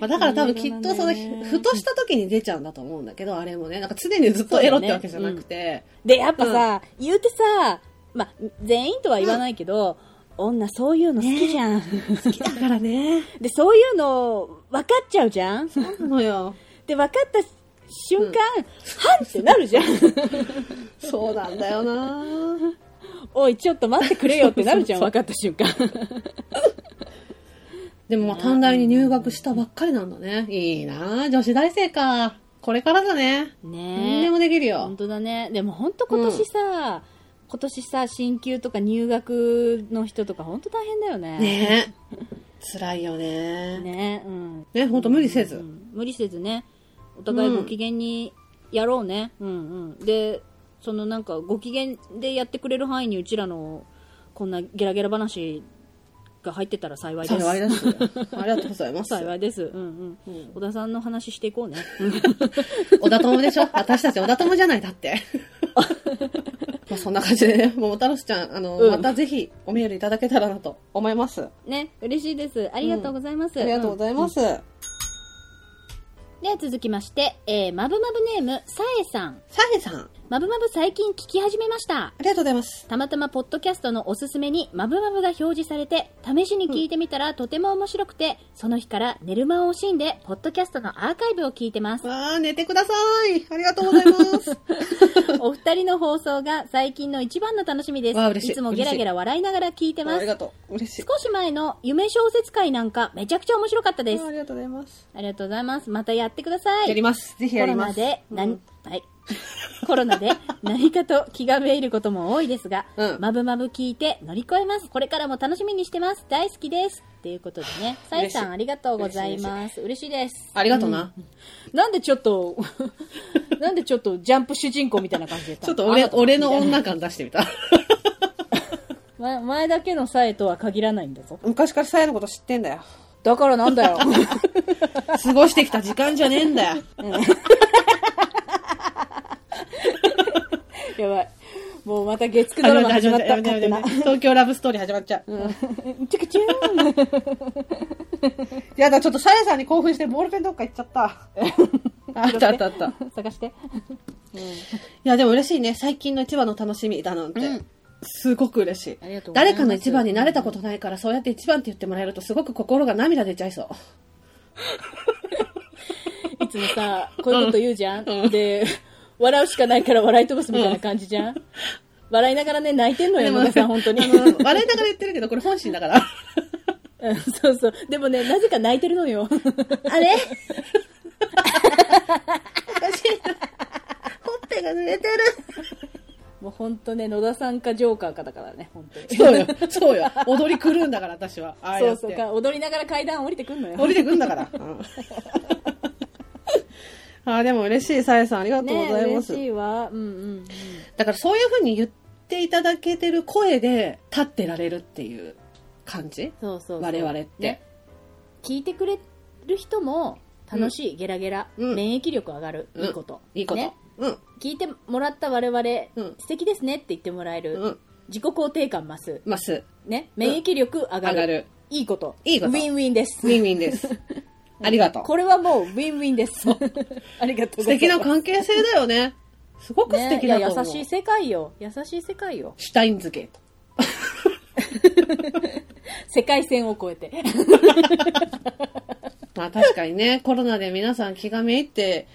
[SPEAKER 1] まあだから多分きっとその、
[SPEAKER 2] いい色だね
[SPEAKER 1] ふとした時に出ちゃうんだと思うんだけど、あれもね、なんか常にずっとエロってわけじゃなくて、
[SPEAKER 2] で、やっぱさ、言うてさ、ま、全員とは言わないけど、女そういうの好きじゃん。
[SPEAKER 1] 好きだからね。
[SPEAKER 2] で、そういうの分かっちゃうじゃん
[SPEAKER 1] そうなのよ。
[SPEAKER 2] で分かった瞬間、はんってなるじゃ ん
[SPEAKER 1] そうなんだよな
[SPEAKER 2] おいちょっと待ってくれよってなるじゃん
[SPEAKER 1] そ
[SPEAKER 2] 分かった瞬間
[SPEAKER 1] でもまあ短大に入学したばっかりなんだね。いいなぁ。女子大生か。これからだね。何
[SPEAKER 2] ね
[SPEAKER 1] でも
[SPEAKER 2] え
[SPEAKER 1] できるよ
[SPEAKER 2] 本。当だねでも本当今年さ、今年さ、進級とか入学の人とか本当大変だよね。
[SPEAKER 1] ねえ。辛いよね。
[SPEAKER 2] ねうん。
[SPEAKER 1] ねほんと無理せず
[SPEAKER 2] うん無理せずね。お互いご機嫌にやろうね。うんうん。で、そのなんかご機嫌でやってくれる範囲にうちらのこんなゲラゲラ話が入ってたら幸いです。
[SPEAKER 1] 幸い です。ありがとうございます。
[SPEAKER 2] 幸いです。うんうん。
[SPEAKER 1] うん
[SPEAKER 2] 小田さんの話していこうね。
[SPEAKER 1] 小田友でしょ私たち小田友じゃない、だ って。まあそんな感じでね、桃太郎ちゃん、あの、
[SPEAKER 2] うん
[SPEAKER 1] またぜひおメールいただけたらなと思います。
[SPEAKER 2] ね、嬉しいです。ありがとうございます。
[SPEAKER 1] ありがとうござい
[SPEAKER 2] す
[SPEAKER 1] ます。
[SPEAKER 2] では続きまして、えー、まぶまぶネーム、さえさん。
[SPEAKER 1] サヘさん、あ
[SPEAKER 2] まぶまぶ最近聞き始めました。
[SPEAKER 1] りがとうございます。
[SPEAKER 2] たまたまポッドキャストのおすすめにまぶまぶが表示されて、試しに聞いてみたらとても面白くて、その日から寝る間を惜しんで、ポッドキャストのアーカイブを聞いてます。
[SPEAKER 1] わあ、寝てください。ありがとうござい ます。
[SPEAKER 2] お二人の放送が最近の一番の楽しみです。
[SPEAKER 1] わあ嬉しい
[SPEAKER 2] つもゲラゲラ笑いながら聞いてま
[SPEAKER 1] あり
[SPEAKER 2] す。
[SPEAKER 1] がとう。嬉しい。
[SPEAKER 2] 少し前の夢小説会なんかめちゃくちゃ面白かったです
[SPEAKER 1] あ。りがとうございます。
[SPEAKER 2] ありがとうございます。またやってください。
[SPEAKER 1] やります。ぜひや
[SPEAKER 2] コ
[SPEAKER 1] り
[SPEAKER 2] ロ
[SPEAKER 1] ま
[SPEAKER 2] ナ
[SPEAKER 1] す。
[SPEAKER 2] で、な
[SPEAKER 1] うん
[SPEAKER 2] ん、はい。 コロナで何かと気がめいることも多いですが、
[SPEAKER 1] うん
[SPEAKER 2] まぶまぶ聞いて乗り越えます。これからも楽しみにしてます。大好きです。っていうことでね、さえ
[SPEAKER 1] 嬉
[SPEAKER 2] さ
[SPEAKER 1] し
[SPEAKER 2] ん
[SPEAKER 1] い
[SPEAKER 2] ありがとうございます。嬉しいです。
[SPEAKER 1] ありがとうな。
[SPEAKER 2] なんでちょっと、 なんでちょっとジャンプ主人公みたいな感じで
[SPEAKER 1] ちょっと俺、俺の女感出してみた。
[SPEAKER 2] 前前だけのさえとは限らないんだぞ。
[SPEAKER 1] 昔からサヘのこと知ってんだよ。
[SPEAKER 2] だからなんだよ。
[SPEAKER 1] 過ごしてきた時間じゃねえん だよ。
[SPEAKER 2] やばい。もうまた月9
[SPEAKER 1] 始ま
[SPEAKER 2] ドラ
[SPEAKER 1] っ
[SPEAKER 2] マ
[SPEAKER 1] た
[SPEAKER 2] 始
[SPEAKER 1] 始
[SPEAKER 2] ま
[SPEAKER 1] まっ
[SPEAKER 2] っ
[SPEAKER 1] たた。
[SPEAKER 2] か
[SPEAKER 1] や
[SPEAKER 2] っ
[SPEAKER 1] め
[SPEAKER 2] て
[SPEAKER 1] て
[SPEAKER 2] な。
[SPEAKER 1] やめてやめ て東京ラブストーリー始まっちゃう。
[SPEAKER 2] チュクチューン
[SPEAKER 1] やだ、ちょっとサヤさんに興奮してボールペンどっか行っちゃった。 あったあったあった。い
[SPEAKER 2] 探して。
[SPEAKER 1] や、でも嬉しいね。最近の一番の楽しみだなんて。
[SPEAKER 2] うん
[SPEAKER 1] すごく嬉しい
[SPEAKER 2] ありがとうござい
[SPEAKER 1] 誰
[SPEAKER 2] ます
[SPEAKER 1] かの一番に慣れたことないから、そうやって一番って言ってもらえると、すごく心が涙出ちゃいそう。
[SPEAKER 2] いつもさ、こういうこと言うじゃん、で、笑うしかないから笑い飛ばすみたいな感じじゃん、笑いながらね、泣いてんのよ、野田さん、本当に
[SPEAKER 1] あ。の笑いながら言ってるけど、これ本心だ から。
[SPEAKER 2] うんそうそう。でもね、なぜか泣いてるのよ。
[SPEAKER 1] あれ私、ほっぺが濡れてる。
[SPEAKER 2] もう本当ね、野田さんかジョーカーかだからね、本当
[SPEAKER 1] そ
[SPEAKER 2] に。
[SPEAKER 1] うよ、そうよ。踊り狂うんだから、私は。ああ
[SPEAKER 2] そ
[SPEAKER 1] や
[SPEAKER 2] う
[SPEAKER 1] って
[SPEAKER 2] そうか、踊りながら階段降りてくんのよ。
[SPEAKER 1] 降りてくんだから。 あーでも嬉しい、さやさん、ありがとうござい
[SPEAKER 2] ね、
[SPEAKER 1] ま
[SPEAKER 2] 嬉
[SPEAKER 1] す。
[SPEAKER 2] しいわ。うんうんうん。
[SPEAKER 1] だからそういうふうに言っていただけてる声で立ってられるっていう感じ
[SPEAKER 2] そうそうそう
[SPEAKER 1] 我々って、
[SPEAKER 2] ね聞いてくれる人も楽しい、ゲラゲラ、
[SPEAKER 1] うん
[SPEAKER 2] 免疫力上がる、
[SPEAKER 1] うん
[SPEAKER 2] いいこと。
[SPEAKER 1] いいこと、
[SPEAKER 2] ね
[SPEAKER 1] うん
[SPEAKER 2] 聞いてもらった我々、
[SPEAKER 1] うん
[SPEAKER 2] 素敵ですねって言ってもらえる、
[SPEAKER 1] うん
[SPEAKER 2] 自己肯定感増す、
[SPEAKER 1] ます
[SPEAKER 2] ね、免疫力上がる,、
[SPEAKER 1] 上がる
[SPEAKER 2] いいこと
[SPEAKER 1] いいこと
[SPEAKER 2] ウィンウィンです
[SPEAKER 1] ウィンウィンです ありがとう
[SPEAKER 2] これはもうウィンウィンです ありがとうご
[SPEAKER 1] 素
[SPEAKER 2] ざいます
[SPEAKER 1] 敵な関係性だよねすごく素敵だと思う、
[SPEAKER 2] ね、いや優しい世界よ優しい世界よ
[SPEAKER 1] シュタインズゲート
[SPEAKER 2] 世界線を 超えて
[SPEAKER 1] まあ確かに ねコロナで皆さん気がめいって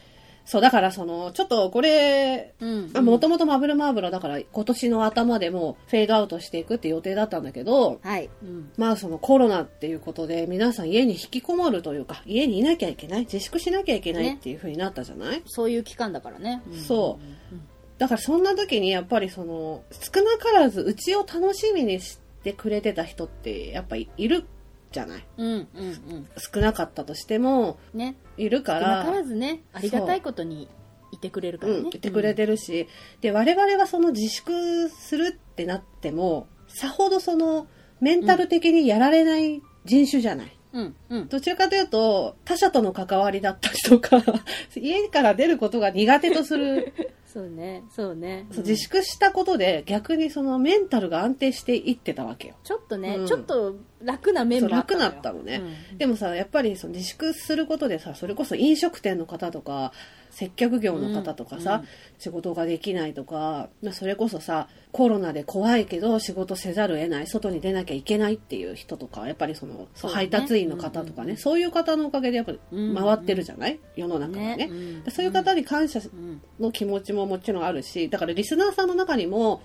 [SPEAKER 1] そうだからそのちょっとこれ
[SPEAKER 2] うん
[SPEAKER 1] もともとマブルマーブルだから今年の頭でもうフェードアウトしていくって予定だったんだけど、
[SPEAKER 2] はい、うん、
[SPEAKER 1] まあそのコロナっていうことで皆さん家に引きこもるというか家にいなきゃいけない自粛しなきゃいけない
[SPEAKER 2] ね
[SPEAKER 1] っていう風になったじゃない、
[SPEAKER 2] そういう期間だからね、
[SPEAKER 1] そう
[SPEAKER 2] うん、
[SPEAKER 1] だからそんな時にやっぱりその少なからずうちを楽しみにしてくれてた人ってやっぱりいるじゃない
[SPEAKER 2] うんうんうん
[SPEAKER 1] 少なかったとしても
[SPEAKER 2] うんね
[SPEAKER 1] いるか
[SPEAKER 2] 少
[SPEAKER 1] ら
[SPEAKER 2] なからずねありがたいことにいてくれるから
[SPEAKER 1] う
[SPEAKER 2] ね、
[SPEAKER 1] ん、言ってくれてるし、で我々はその自粛するってなってもさほどそのメンタル的にやられない人種じゃない、
[SPEAKER 2] うんうん
[SPEAKER 1] どちらかというと、他者との関わりだったりとか、 家から出ることが苦手とする、
[SPEAKER 2] そうねそうね
[SPEAKER 1] そう自粛したことで逆にそのメンタルが安定していってたわけよ。
[SPEAKER 2] ちょっとね、
[SPEAKER 1] うん
[SPEAKER 2] ちょっと楽な面
[SPEAKER 1] そう
[SPEAKER 2] もあった
[SPEAKER 1] 楽
[SPEAKER 2] のよ
[SPEAKER 1] だったのね、
[SPEAKER 2] うん
[SPEAKER 1] でもさ、やっぱりその自粛することでさ、それこそ飲食店の方とか、接客業の方とかさ、
[SPEAKER 2] うんうん
[SPEAKER 1] 仕事ができないとか、まあそれこそさ、コロナで怖いけど仕事せざるを得ない、外に出なきゃいけないっていう人とか、やっぱりその、
[SPEAKER 2] そうね
[SPEAKER 1] 配達員の方とかね、
[SPEAKER 2] うんうん
[SPEAKER 1] そういう方のおかげでやっぱり
[SPEAKER 2] うん
[SPEAKER 1] 回ってるじゃない、世の中がね。
[SPEAKER 2] うん
[SPEAKER 1] でそういう方に感謝
[SPEAKER 2] うん
[SPEAKER 1] の気持ちももちろんあるし、だからリスナーさんの中にも、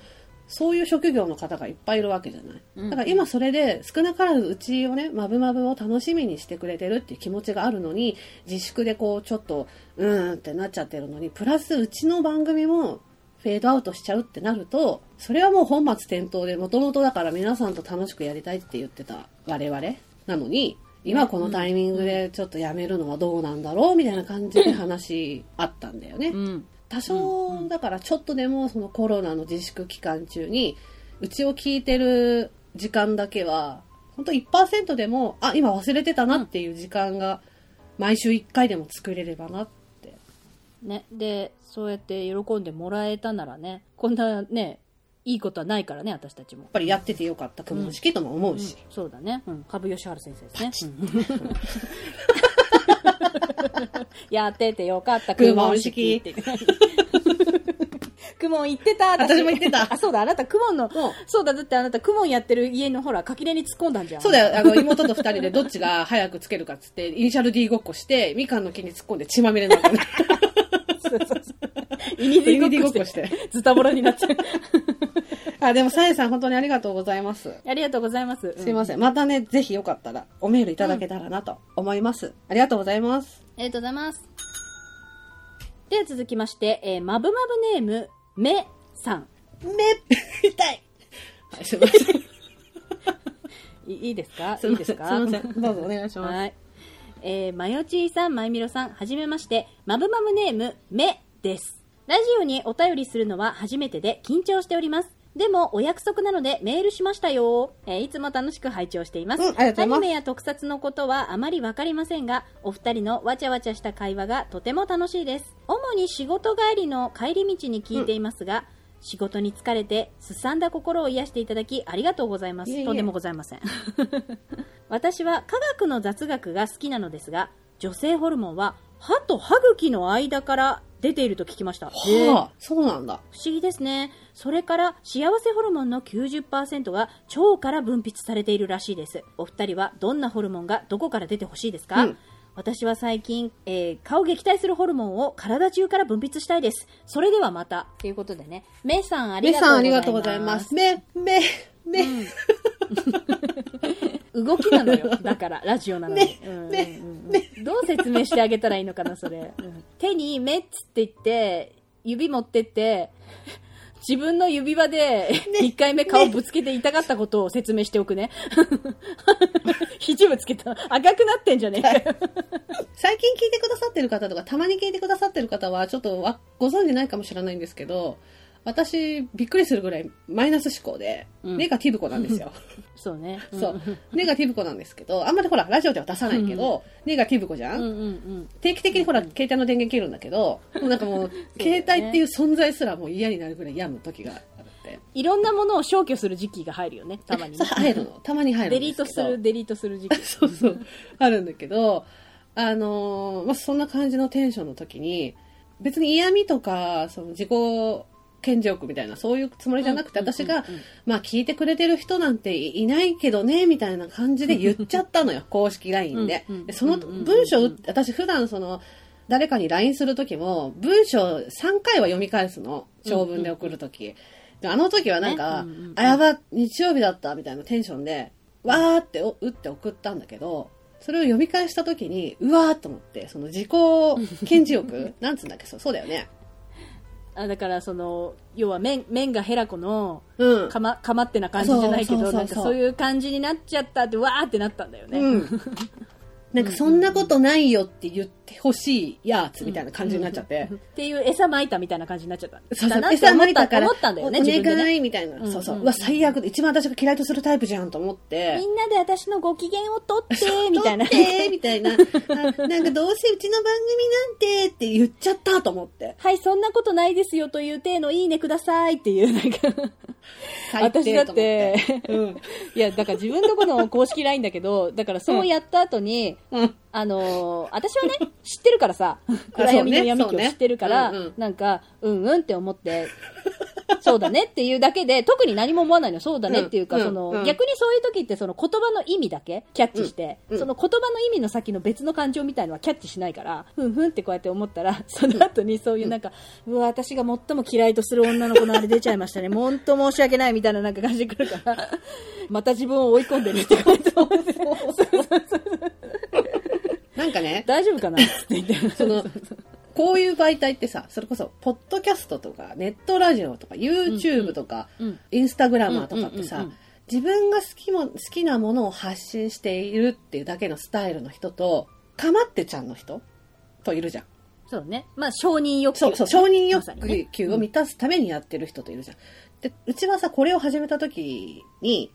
[SPEAKER 1] そういう職業の方がいっぱいいるわけじゃない。
[SPEAKER 2] うん
[SPEAKER 1] だから今それで少なからずうちをね、まぶまぶを楽しみにしてくれてるっていう気持ちがあるのに、自粛でこうちょっと、うーんってなっちゃってるのに、プラスうちの番組も、フェードアウトしちゃうってなると、それはもう本末転倒で、もともとだから皆さんと楽しくやりたいって言ってた我々なのに、今このタイミングでちょっとやめるのはどうなんだろうみたいな感じで話あったんだよね。
[SPEAKER 2] うん。
[SPEAKER 1] 多少だからちょっとでもそのコロナの自粛期間中にうちを聞いてる時間だけは本当1%でもあ今忘れてたなっていう時間が毎週1回でも作れればなって
[SPEAKER 2] ね。で、そうやって喜んでもらえたならね、こんなね、いいことはないからね、私たちも
[SPEAKER 1] やっ。ぱりやっててよかった雲の式とも思うし、
[SPEAKER 2] うんそうだね。うん。株吉原先生ですね。うん やっててよかった、
[SPEAKER 1] 公
[SPEAKER 2] ク
[SPEAKER 1] 文
[SPEAKER 2] モン
[SPEAKER 1] 式
[SPEAKER 2] 式って。 クモン行ってた、
[SPEAKER 1] 私も言ってた
[SPEAKER 2] あ、そうだ、あなたクモンの
[SPEAKER 1] うん、
[SPEAKER 2] そうだ、だってあなたクモンやってる家のほら、垣根に突っ込んだんじゃん。
[SPEAKER 1] そうだよあの妹と2人でどっちが早くつけるかっつってイニシャル D ごっこしてみかんの木に突っ込んで血まみれにな ったの
[SPEAKER 2] そうそうそう。イニディごっこし
[SPEAKER 1] イニディごっこ
[SPEAKER 2] て。ズタボロになっちゃう。
[SPEAKER 1] あでもさえさん本当にありがとうございます
[SPEAKER 2] ありがとうございます。
[SPEAKER 1] すいませ
[SPEAKER 2] ん。
[SPEAKER 1] ん。またね、ぜひよかったらおメールいただけたらなと思います。ありがとうございます。
[SPEAKER 2] ありがとうございます。では続きまして、えー、まぶまぶネーム、めさん。
[SPEAKER 1] め、痛い。はい、 すいません。
[SPEAKER 2] いいいですか
[SPEAKER 1] す
[SPEAKER 2] いいですか
[SPEAKER 1] すいません。どうぞお願いします。
[SPEAKER 2] はい。えー、まよちーさん、まゆみろさん、はじめまして、まぶまぶネーム、めです。ラジオにお便りするのは初めてで緊張しております。でも、お約束なのでメールしましたよ。えーいつも楽しく拝聴しています。
[SPEAKER 1] うんありがとうございます
[SPEAKER 2] アニメや特撮のことはあまりわかりませんが、お二人のわちゃわちゃした会話がとても楽しいです。主に仕事帰りの帰り道に聞いていますが、仕事に疲れて、すさんだ心を癒していただき、ありがとうございます。
[SPEAKER 1] いえいえ
[SPEAKER 2] とんでもございません。私は科学の雑学が好きなのですが女性ホルモンは歯と歯茎の間から出ていると聞きました、へえ
[SPEAKER 1] はあ、そうなんだ。
[SPEAKER 2] 不思議ですねそれから幸せホルモンの90%が腸から分泌されているらしいですお二人はどんなホルモンがどこから出てほしいですか、
[SPEAKER 1] うん
[SPEAKER 2] 私は最近、えー顔撃退するホルモンを体中から分泌したいですそれではまたということでねメイさんあり
[SPEAKER 1] め
[SPEAKER 2] が
[SPEAKER 1] さんありがと
[SPEAKER 2] とう
[SPEAKER 1] う
[SPEAKER 2] ご
[SPEAKER 1] ご
[SPEAKER 2] ざ
[SPEAKER 1] ざ
[SPEAKER 2] い
[SPEAKER 1] い
[SPEAKER 2] ま
[SPEAKER 1] ますす。め、め、め、
[SPEAKER 2] 動きな のよ。だから、ラジオなのに。うん
[SPEAKER 1] ね
[SPEAKER 2] うんうんどう説明してあげたらいいのかな、それ。うん手に、目っつって言って、指持ってって、自分の指輪で、1回目顔ぶつけて痛かったことを説明しておくね。肘ぶつけた。赤くなってんじゃねえかよ。
[SPEAKER 1] 最近聞いてくださってる方とか、たまに聞いてくださってる方は、ちょっとわご存知ないかもしれないんですけど、私、びっくりするぐらいマイナス思考で、
[SPEAKER 2] うん
[SPEAKER 1] ネガティブ子なんですよ。
[SPEAKER 2] そうね。ん
[SPEAKER 1] そう。ネガティブ子なんですけど、あんまりほら、ラジオでは出さないけど、ネガティブ子じゃ
[SPEAKER 2] うん
[SPEAKER 1] ん
[SPEAKER 2] うんうん。
[SPEAKER 1] 定期的にほら、携帯の電源切るんだけど、もうなんか もう、携帯っていう存在すらもう嫌になるぐらい病む時があって。
[SPEAKER 2] いろんなものを消去する時期が入るよね、たまに
[SPEAKER 1] さ。
[SPEAKER 2] ね
[SPEAKER 1] 入るの。たまに入る
[SPEAKER 2] デ
[SPEAKER 1] ん
[SPEAKER 2] リ
[SPEAKER 1] です
[SPEAKER 2] ート
[SPEAKER 1] け
[SPEAKER 2] す
[SPEAKER 1] ど。
[SPEAKER 2] る、デリートする時期。
[SPEAKER 1] そうそう。あるんだけど、あのーまあ、そんな感じのテンションの時に、別に嫌味とか、その自己顕示欲みたいな、そういうつもりじゃなくて、
[SPEAKER 2] うんうんうんうん
[SPEAKER 1] 私が、まあ聞いてくれてる人なんていいないけどね、みたいな感じで言っちゃったのよ、公式 LINE で
[SPEAKER 2] うんうん。
[SPEAKER 1] でその
[SPEAKER 2] うんうんうん
[SPEAKER 1] 文章、私普段その、誰かに LINE する時も、文章3回は読み返すの、長文で送る時であの時はなんか、
[SPEAKER 2] ねうんうんうん
[SPEAKER 1] あ、やば、日曜日だった、みたいなテンションで、わーってお打って送ったんだけど、それを読み返した時に、うわーっと思って、その自己顕示欲 なんつうんだっけそうそうだよね。
[SPEAKER 2] あだから、その、要は、麺、麺がヘラコの、
[SPEAKER 1] うん。
[SPEAKER 2] かま、かまってな感じじゃないけ
[SPEAKER 1] そう
[SPEAKER 2] ど、
[SPEAKER 1] そうそうそう
[SPEAKER 2] なんかそういう感じになっちゃったって、わーってなったんだよね。
[SPEAKER 1] うん。なんか、そんなことないよって言ってほしいやつみたいな感じになっちゃって。
[SPEAKER 2] っていう餌まいたみたいな感じになっちゃった。
[SPEAKER 1] そうそ
[SPEAKER 2] だ
[SPEAKER 1] う
[SPEAKER 2] な。って
[SPEAKER 1] 餌
[SPEAKER 2] 思
[SPEAKER 1] ま
[SPEAKER 2] っ
[SPEAKER 1] い
[SPEAKER 2] た
[SPEAKER 1] たから、
[SPEAKER 2] 思ったんだよね、
[SPEAKER 1] お
[SPEAKER 2] 自分で
[SPEAKER 1] 願
[SPEAKER 2] ね。
[SPEAKER 1] いみたいな。
[SPEAKER 2] うん
[SPEAKER 1] そうそうう。
[SPEAKER 2] ん
[SPEAKER 1] うわ、最悪だ。一番私が嫌いとするタイプじゃんと思って。
[SPEAKER 2] みんなで私のご機嫌をとって、 みたいな。
[SPEAKER 1] 撮ってみたいな。あなんかどうせうちの番組なんてって言っちゃったと思って。
[SPEAKER 2] はい、そんなことないですよという体のいいねくださいっていう、なんか。
[SPEAKER 1] 最低と思
[SPEAKER 2] 私だって
[SPEAKER 1] うん。
[SPEAKER 2] いや、だから自分のこの公式 LINE だけど、だからそうやった後に、
[SPEAKER 1] うん。
[SPEAKER 2] あのー私はね、知ってるか らさ、暗闇の闇
[SPEAKER 1] そう
[SPEAKER 2] 期を
[SPEAKER 1] ね
[SPEAKER 2] 知ってるから、
[SPEAKER 1] そうねうんうん
[SPEAKER 2] なんか、うんうんって思って、そうだねっていうだけで、特に何も思わないの、そうだねっていうか、
[SPEAKER 1] うん
[SPEAKER 2] その、
[SPEAKER 1] うん
[SPEAKER 2] 逆にそういう時って、その言葉の意味だけキャッチして、
[SPEAKER 1] うんうん
[SPEAKER 2] その言葉の意味の先の別の感情みたいのはキャッチしないから、ふんふんってこうやって思ったら、 その後にそういうなんか、うわ、私が最も嫌いとする女の子のあれ出ちゃいましたね、もう本当申し訳ないみたいななんか感じでくるから、また自分を追い込んでるって感じで 思って
[SPEAKER 1] なんかね、
[SPEAKER 2] 大丈夫かなって言って。
[SPEAKER 1] その、こういう媒体ってさ、それこそ、ポッドキャストとか、ネットラジオとか、YouTube とか、
[SPEAKER 2] うん
[SPEAKER 1] インスタグラマーとかって
[SPEAKER 2] うんう
[SPEAKER 1] さ
[SPEAKER 2] んうんうん、
[SPEAKER 1] 自分が好きも、好きなものを発信しているっていうだけのスタイルの人と、かまってちゃんの人といるじゃん。
[SPEAKER 2] そうね。まあ、承認欲求。
[SPEAKER 1] そうそう、承認
[SPEAKER 2] まさ
[SPEAKER 1] 欲
[SPEAKER 2] にね
[SPEAKER 1] 求を満たすためにやってる人といるじゃん。で、うちはさ、これを始めた時に、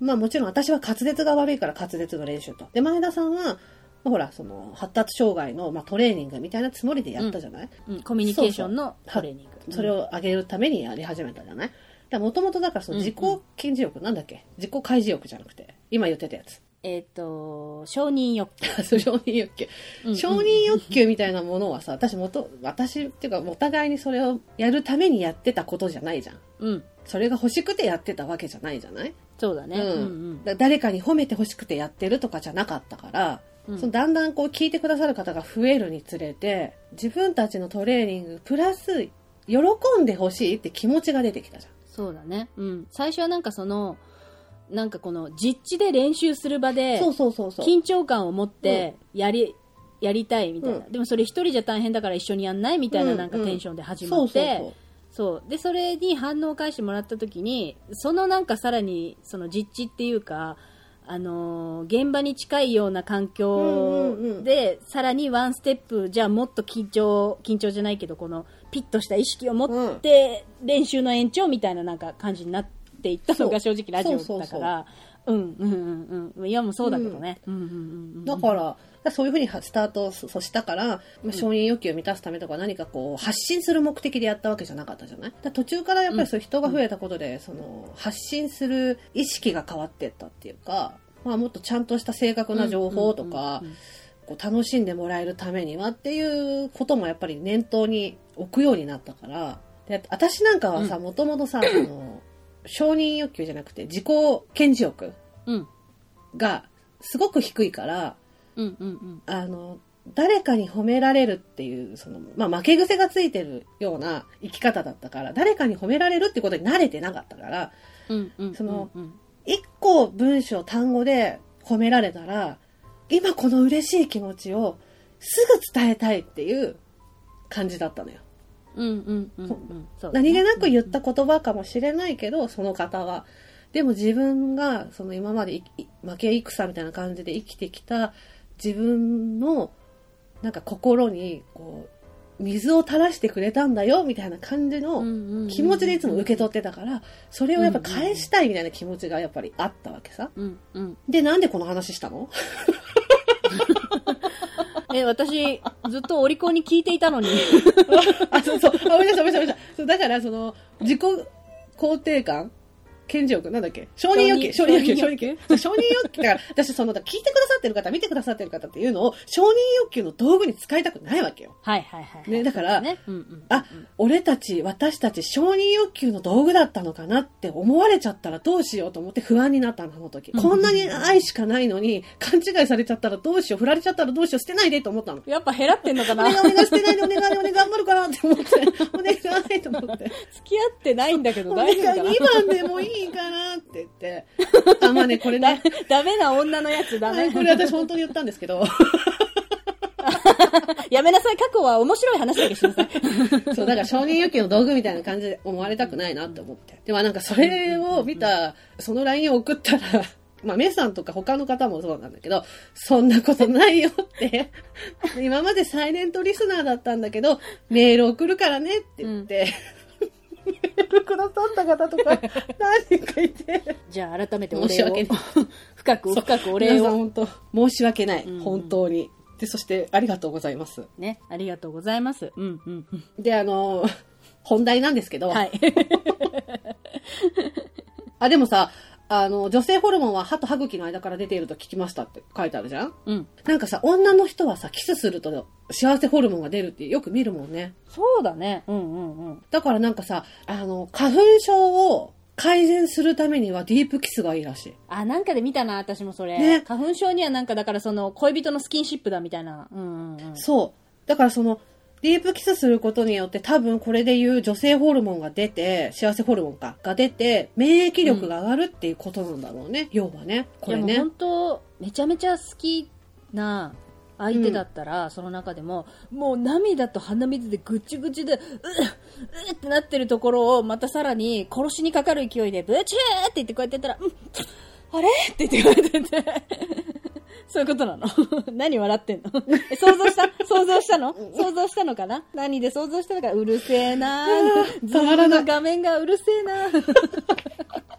[SPEAKER 1] まあもちろん私は滑舌が悪いから滑舌の練習と。で、前田さんは、まあほら、その、発達障害の、まあ、トレーニングみたいなつもりでやったじゃない、
[SPEAKER 2] うんコミュニケーションのトレーニング。
[SPEAKER 1] それを上げるためにやり始めたじゃないもともとだからその自己顕示欲、なんだっけ自己開示欲じゃなくて、今言ってたやつ。
[SPEAKER 2] えっ、と、承認欲求。
[SPEAKER 1] そう承認欲求、
[SPEAKER 2] うんうん
[SPEAKER 1] 承認欲求みたいなものはさ私もと私っていうかお互いにそれをやるためにやってたことじゃないじゃん
[SPEAKER 2] うん。
[SPEAKER 1] それが欲しくてやってたわけじゃないじゃない、
[SPEAKER 2] そうだね。うんうん。
[SPEAKER 1] だ誰かに褒めて欲しくてやってるとかじゃなかったから、
[SPEAKER 2] うん
[SPEAKER 1] そのだんだんこう聞いてくださる方が増えるにつれて自分たちのトレーニングプラス喜んでほしいって気持ちが出てきたじゃん
[SPEAKER 2] そうだね。うん。最初はなんかその、なんかこの、実地で練習する場で、
[SPEAKER 1] そうそうそうそう
[SPEAKER 2] 緊張感を持って、やり、やりたいみたいな、
[SPEAKER 1] う
[SPEAKER 2] でもそれ一人じゃ大変だから一緒にやんないみたいな
[SPEAKER 1] うん
[SPEAKER 2] なんかテンションで始
[SPEAKER 1] そ
[SPEAKER 2] ま
[SPEAKER 1] う
[SPEAKER 2] っ
[SPEAKER 1] そう
[SPEAKER 2] て、
[SPEAKER 1] そう
[SPEAKER 2] そう。で、それに反応を返してもらった時に、そのなんかさらに、その実地っていうか、あのー現場に近いような環境
[SPEAKER 1] うんうんうん
[SPEAKER 2] で、さらにワンステップ、じゃあもっと緊張、緊張じゃないけど、このピッとした意識を持って、練習の延長みたいななんか感じになっていったのが
[SPEAKER 1] そ
[SPEAKER 2] 正
[SPEAKER 1] う
[SPEAKER 2] 直ラジオだから、うんうんうんうん。いやもうそうだけどね。うんうんうんうん。
[SPEAKER 1] だから、そういうふうにスタートをそそうしたから、まあ、承認欲求を満たすためとか何かこう発信する目的でやったわけじゃなかったじゃないだから途中からやっぱりそういう人が増えたことで、その発信する意識が変わってったっていうか、まあ、もっとちゃんとした正確な情報とか、
[SPEAKER 2] うんうんうんうん
[SPEAKER 1] こう楽しんでもらえるためにはっていうこともやっぱり念頭に置くようになったからで私なんかはさもともとさその承認欲求じゃなくて自己顕示欲
[SPEAKER 2] うん
[SPEAKER 1] がすごく低いから。
[SPEAKER 2] うんうんうん。
[SPEAKER 1] あの、誰かに褒められるっていう、その、まあ、負け癖がついてるような生き方だったから、誰かに褒められるってことに慣れてなかったから、
[SPEAKER 2] うんうんうん。
[SPEAKER 1] その
[SPEAKER 2] うんうん
[SPEAKER 1] 一個文章、単語で褒められたら、今この嬉しい気持ちをすぐ伝えたいっていう感じだったのよ。
[SPEAKER 2] うんうんうんうん。そうだ
[SPEAKER 1] 何
[SPEAKER 2] ね
[SPEAKER 1] 気なく言った言葉かもしれないけど、その方は。でも自分が、その今までいい負け戦みたいな感じで生きてきた自分の、なんか心に、こう、水を垂らしてくれたんだよ、みたいな感じの気持ちでいつも受け取ってたから、それをやっぱ返したいみたいな気持ちがやっぱりあったわけさ。
[SPEAKER 2] うんうん、
[SPEAKER 1] で、なんでこの話したの
[SPEAKER 2] え私、ずっとオリコンに聞いていた のに、
[SPEAKER 1] あ、そうそう。あ、ごめんなさい、ごめんなさい、ごめんなさいそう。だから、その、自己肯定感健常欲なんだっけ承認欲求、承
[SPEAKER 2] 承
[SPEAKER 1] 認欲求、
[SPEAKER 2] 認
[SPEAKER 1] 承認欲求。そう承認欲求だから、 私その、だから聞いてくださってる方、見てくださってる方っていうのを、承認欲求の道具に使いたくないわけよ。
[SPEAKER 2] はいはいはいはい。
[SPEAKER 1] ねだから
[SPEAKER 2] ね、うんうん、
[SPEAKER 1] あ、俺たち、私たち、承認欲求の道具だったのかなって思われちゃったらどうしようと思って不安になったの、あの時。
[SPEAKER 2] ん
[SPEAKER 1] こんなに愛しかないのに、勘違いされちゃったらどうしよう、振られちゃったらどうしよう、捨てないでと思ったの。
[SPEAKER 2] やっぱ減らってんのか
[SPEAKER 1] お
[SPEAKER 2] な
[SPEAKER 1] 願い、お
[SPEAKER 2] 付
[SPEAKER 1] 願い、捨てないで、お願い、お願い、頑張るからって思って、お願いと思って。
[SPEAKER 2] き合ってないんだけど
[SPEAKER 1] 俺
[SPEAKER 2] 大丈
[SPEAKER 1] が
[SPEAKER 2] 夫か
[SPEAKER 1] 2番でもいいかなって言って。あ、まあね、これ
[SPEAKER 2] な
[SPEAKER 1] ね。
[SPEAKER 2] ダメな女のやつだ
[SPEAKER 1] はい
[SPEAKER 2] ね
[SPEAKER 1] こ。れ私本当に言ったんですけ ど。
[SPEAKER 2] やめなさい、過去は面白い話だけしな さい。
[SPEAKER 1] そう、だから承認欲求の道具みたいな感じで思われたくないなって思って。でもなんかそれを見た、その LINE を送ったら、まあ、メイさんとか他の方もそうなんだけど、そんなことないよって。今までサイレントリスナーだったんだけど、メール送るからねって言って。 メールくださった方と か何人かいて。
[SPEAKER 2] じゃあ改めてお
[SPEAKER 1] 申し
[SPEAKER 2] 礼を
[SPEAKER 1] 訳ない。
[SPEAKER 2] 深く深くお
[SPEAKER 1] 皆
[SPEAKER 2] 礼
[SPEAKER 1] さん
[SPEAKER 2] を。
[SPEAKER 1] 本当申し訳ない、
[SPEAKER 2] うん
[SPEAKER 1] 本当にでそしてありがとうございます
[SPEAKER 2] ね、ありがとうございます。うんうんうん。
[SPEAKER 1] であの 本題なんですけど、
[SPEAKER 2] はい。
[SPEAKER 1] あでもさあの女性ホルモンは歯と歯茎の間から出ていると聞きましたって書いてあるじゃん
[SPEAKER 2] うん。
[SPEAKER 1] なんかさ女の人はさキスすると幸せホルモンが出るってよく見るもんね
[SPEAKER 2] そうだね。うんうんうん。
[SPEAKER 1] だからなんかさあの花粉症を改善するためにはディープキスがいいらしい
[SPEAKER 2] あ、なんかで見たな、私もそれ。
[SPEAKER 1] ね
[SPEAKER 2] 花粉症にはなんかだからその恋人のスキンシップだみたいな。うんうんうん。
[SPEAKER 1] そう。だからその、ディープキスすることによって多分これでいう女性ホルモンが出て、幸せホルモンか、が出て、免疫力が上がるっていうことなんだろうね。要はね。これ
[SPEAKER 2] いや
[SPEAKER 1] ね
[SPEAKER 2] もう。本当めちゃめちゃ好きな相手だったら、その中でももう涙と鼻水でぐちぐちでうっうっってなってるところをまたさらに殺しにかかる勢いでブチューって言ってこうやってやったら、うん、あれって言ってこうやってや ってそういうことなの 何笑ってんの え想像した想像したの想像したのかな何で想像したのかうるせえなーズ
[SPEAKER 1] たま
[SPEAKER 2] ー
[SPEAKER 1] ら
[SPEAKER 2] ム
[SPEAKER 1] ない
[SPEAKER 2] の画面がうるせえなー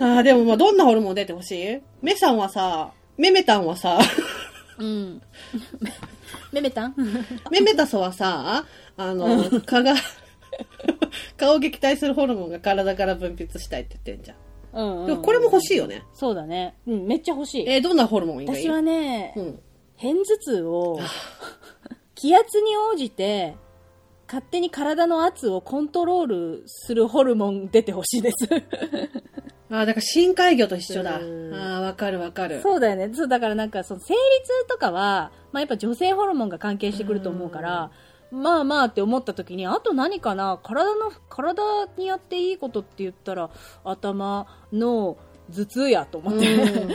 [SPEAKER 1] ああ、でもまあ、どんなホルモン出てほしいメさんはさ、メメタンは さ、
[SPEAKER 2] うん。めめたん
[SPEAKER 1] メメタソはさ、あの、蚊が、顔を撃退するホルモンが体から分泌したいって言ってんじゃん。
[SPEAKER 2] うん、うん
[SPEAKER 1] でもこれも欲しいよね。
[SPEAKER 2] そうだね。うん、めっちゃ欲しい。
[SPEAKER 1] えーどんなホルモンがいい
[SPEAKER 2] 私はね、
[SPEAKER 1] うん。
[SPEAKER 2] 片頭痛を、 気圧に応じて、勝手に体の圧をコントロールするホルモン出てほしいです。
[SPEAKER 1] ああ、だから深海魚と一緒だ。あ
[SPEAKER 2] うん
[SPEAKER 1] あ、わかるわかる。
[SPEAKER 2] そうだよね。そう、だからなんか、その、生理痛とかは、まあやっぱ女性ホルモンが関係してくると思うから、まあまあって思った時に、あと何かな体の、体にやっていいことって言ったら、頭、脳、頭痛やと思 って。
[SPEAKER 1] う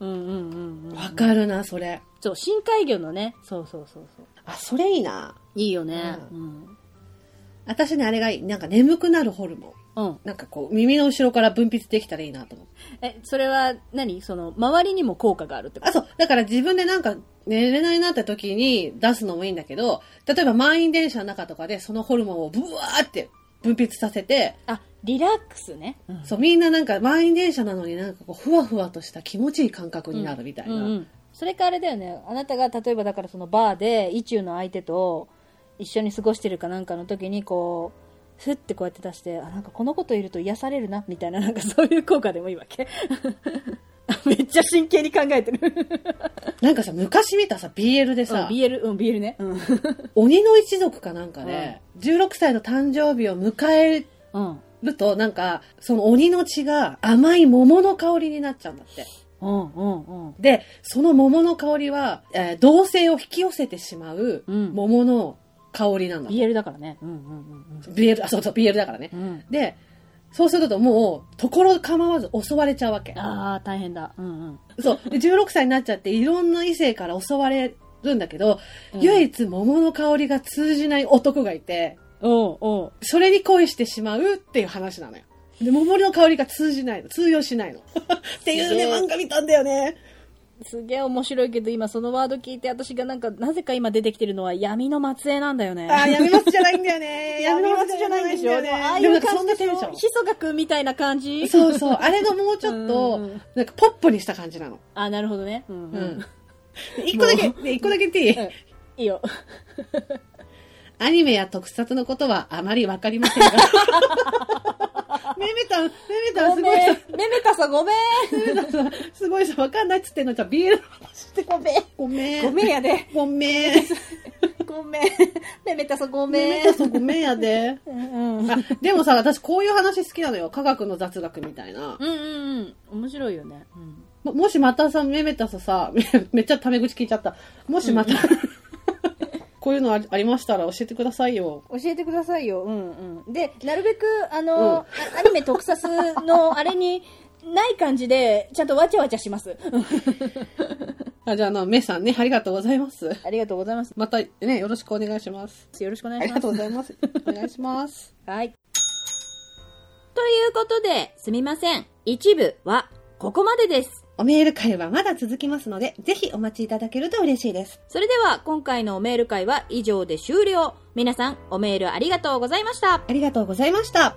[SPEAKER 2] うんうんうんうん
[SPEAKER 1] ん。。わかるな、それ。
[SPEAKER 2] そう、深海魚のね。そうそうそうそう。
[SPEAKER 1] あ、それいいな。
[SPEAKER 2] いいよね。う。
[SPEAKER 1] うん私ね、あれがいい。なんか眠くなるホルモン。
[SPEAKER 2] うん。
[SPEAKER 1] なんかこう、耳の後ろから分泌できたらいいなと思って。
[SPEAKER 2] え、それは何、その、周りにも効果があるってこ
[SPEAKER 1] あ、そう。だから自分でなんか寝れないなって時に出すのもいいんだけど、例えば満員電車の中とかでそのホルモンをブワーって分泌させて、
[SPEAKER 2] とあ、リラックスね。うん
[SPEAKER 1] そう、みんななんか満員電車なのになんかこう、ふわふわとした気持ちいい感覚になるみたいな。
[SPEAKER 2] うんうんそれかあれだよねあなたが例えばだからそのバーで意中の相手と一緒に過ごしてるかなんかの時にこうふってこうやって出してあなんかこの子といると癒されるなみたいななんかそういう効果でもいいわけ めっちゃ真剣に考えてる
[SPEAKER 1] なんかさ、昔見たさ、BL で
[SPEAKER 2] さ
[SPEAKER 1] さ、
[SPEAKER 2] BL うん BL ねうん、
[SPEAKER 1] 鬼の一族かなんかで、16歳の誕生日を迎え
[SPEAKER 2] うん
[SPEAKER 1] ると、なんか、その鬼の血が甘い桃の香りになっちゃうんだって。
[SPEAKER 2] うんうんうん
[SPEAKER 1] で、その桃の香りは、えー同性を引き寄せてしまう
[SPEAKER 2] うん
[SPEAKER 1] 桃の香りなんだ。
[SPEAKER 2] BL だからねうんうんうん
[SPEAKER 1] BL、あ、そうそう、BL だからね
[SPEAKER 2] う。んうん
[SPEAKER 1] で、そうするともう、ところ構わず襲われちゃうわけ。
[SPEAKER 2] ああ大変だうんうん
[SPEAKER 1] そう。で、16歳になっちゃって、いろんな異性から襲われるんだけど、
[SPEAKER 2] うん
[SPEAKER 1] 唯一桃の香りが通じない男がいて、
[SPEAKER 2] おうおう
[SPEAKER 1] それに恋してしまうっていう話なのよ。で、桃の香りが通じないの。通用しない の。っていうね、
[SPEAKER 2] すげえ
[SPEAKER 1] 漫画見たんだよね。
[SPEAKER 2] すげえ面白いけど今そのワード聞いて私がなんかなぜか今出てきてるのは闇の末裔なんだよね
[SPEAKER 1] あー、やめますじゃないんだよ ね。
[SPEAKER 2] 闇の末じゃないんでしょ。
[SPEAKER 1] で
[SPEAKER 2] で
[SPEAKER 1] も
[SPEAKER 2] もああい
[SPEAKER 1] でもな
[SPEAKER 2] うん
[SPEAKER 1] かそん
[SPEAKER 2] 感
[SPEAKER 1] な
[SPEAKER 2] じで
[SPEAKER 1] テ
[SPEAKER 2] し
[SPEAKER 1] ンショ
[SPEAKER 2] ょ。
[SPEAKER 1] ン。
[SPEAKER 2] ひそがくんみたいな感じ
[SPEAKER 1] そうそう。あれがもうちょっ
[SPEAKER 2] うんう
[SPEAKER 1] と
[SPEAKER 2] ん、
[SPEAKER 1] なんかポップにした感じなの。
[SPEAKER 2] あ、なるほどね。う
[SPEAKER 1] うん ん。で一個だけ、で一個だけ言っていい
[SPEAKER 2] うん。いい よ。
[SPEAKER 1] アニメや特撮のことはあまりわかりませ んが。めめたん、めめたん
[SPEAKER 2] ご
[SPEAKER 1] す
[SPEAKER 2] め
[SPEAKER 1] ご
[SPEAKER 2] ん。
[SPEAKER 1] いさ、
[SPEAKER 2] めめかさんごめん。
[SPEAKER 1] めめたんさ、すごいさ、わかんないっつってんのじゃ、BL の話して。
[SPEAKER 2] ごめん。
[SPEAKER 1] ごめん。
[SPEAKER 2] ごめんやで。
[SPEAKER 1] ごめん。
[SPEAKER 2] ごめん。めめかさんご
[SPEAKER 1] め
[SPEAKER 2] め
[SPEAKER 1] め
[SPEAKER 2] ん
[SPEAKER 1] た。さんごめんやで。
[SPEAKER 2] うんうん。
[SPEAKER 1] あでもさ、私こういう話好きなのよ。科学の雑学みたいな。
[SPEAKER 2] うんうんうん。面白いよね。うん
[SPEAKER 1] ももしまたさ、めめたささ、 めめっちゃタメ口聞いちゃった。もしまた、こういうのありありましたら教えてくださいよ。
[SPEAKER 2] 教えてくださいよ。うんうん。で、なるべく、あの、あアニメ特撮のあれに、ない感じで、ちゃんとわちゃわちゃします。うん
[SPEAKER 1] あじゃあ、あの、めさんね、ありがとうございます。
[SPEAKER 2] ありがとうございます。
[SPEAKER 1] またね、よろしくお願いします。
[SPEAKER 2] よろしくお願い
[SPEAKER 1] あ
[SPEAKER 2] し
[SPEAKER 1] りが。
[SPEAKER 2] ます
[SPEAKER 1] とうございます。お願いします。
[SPEAKER 2] はい。ということで、すみません。一部は、ここまでです。
[SPEAKER 1] おメール会はまだ続きますので、ぜひお待ちいただけると嬉しいです。
[SPEAKER 2] それでは、今回のおメール会は以上で終了。皆さん、おメールありがとうございました。
[SPEAKER 1] ありがとうございました。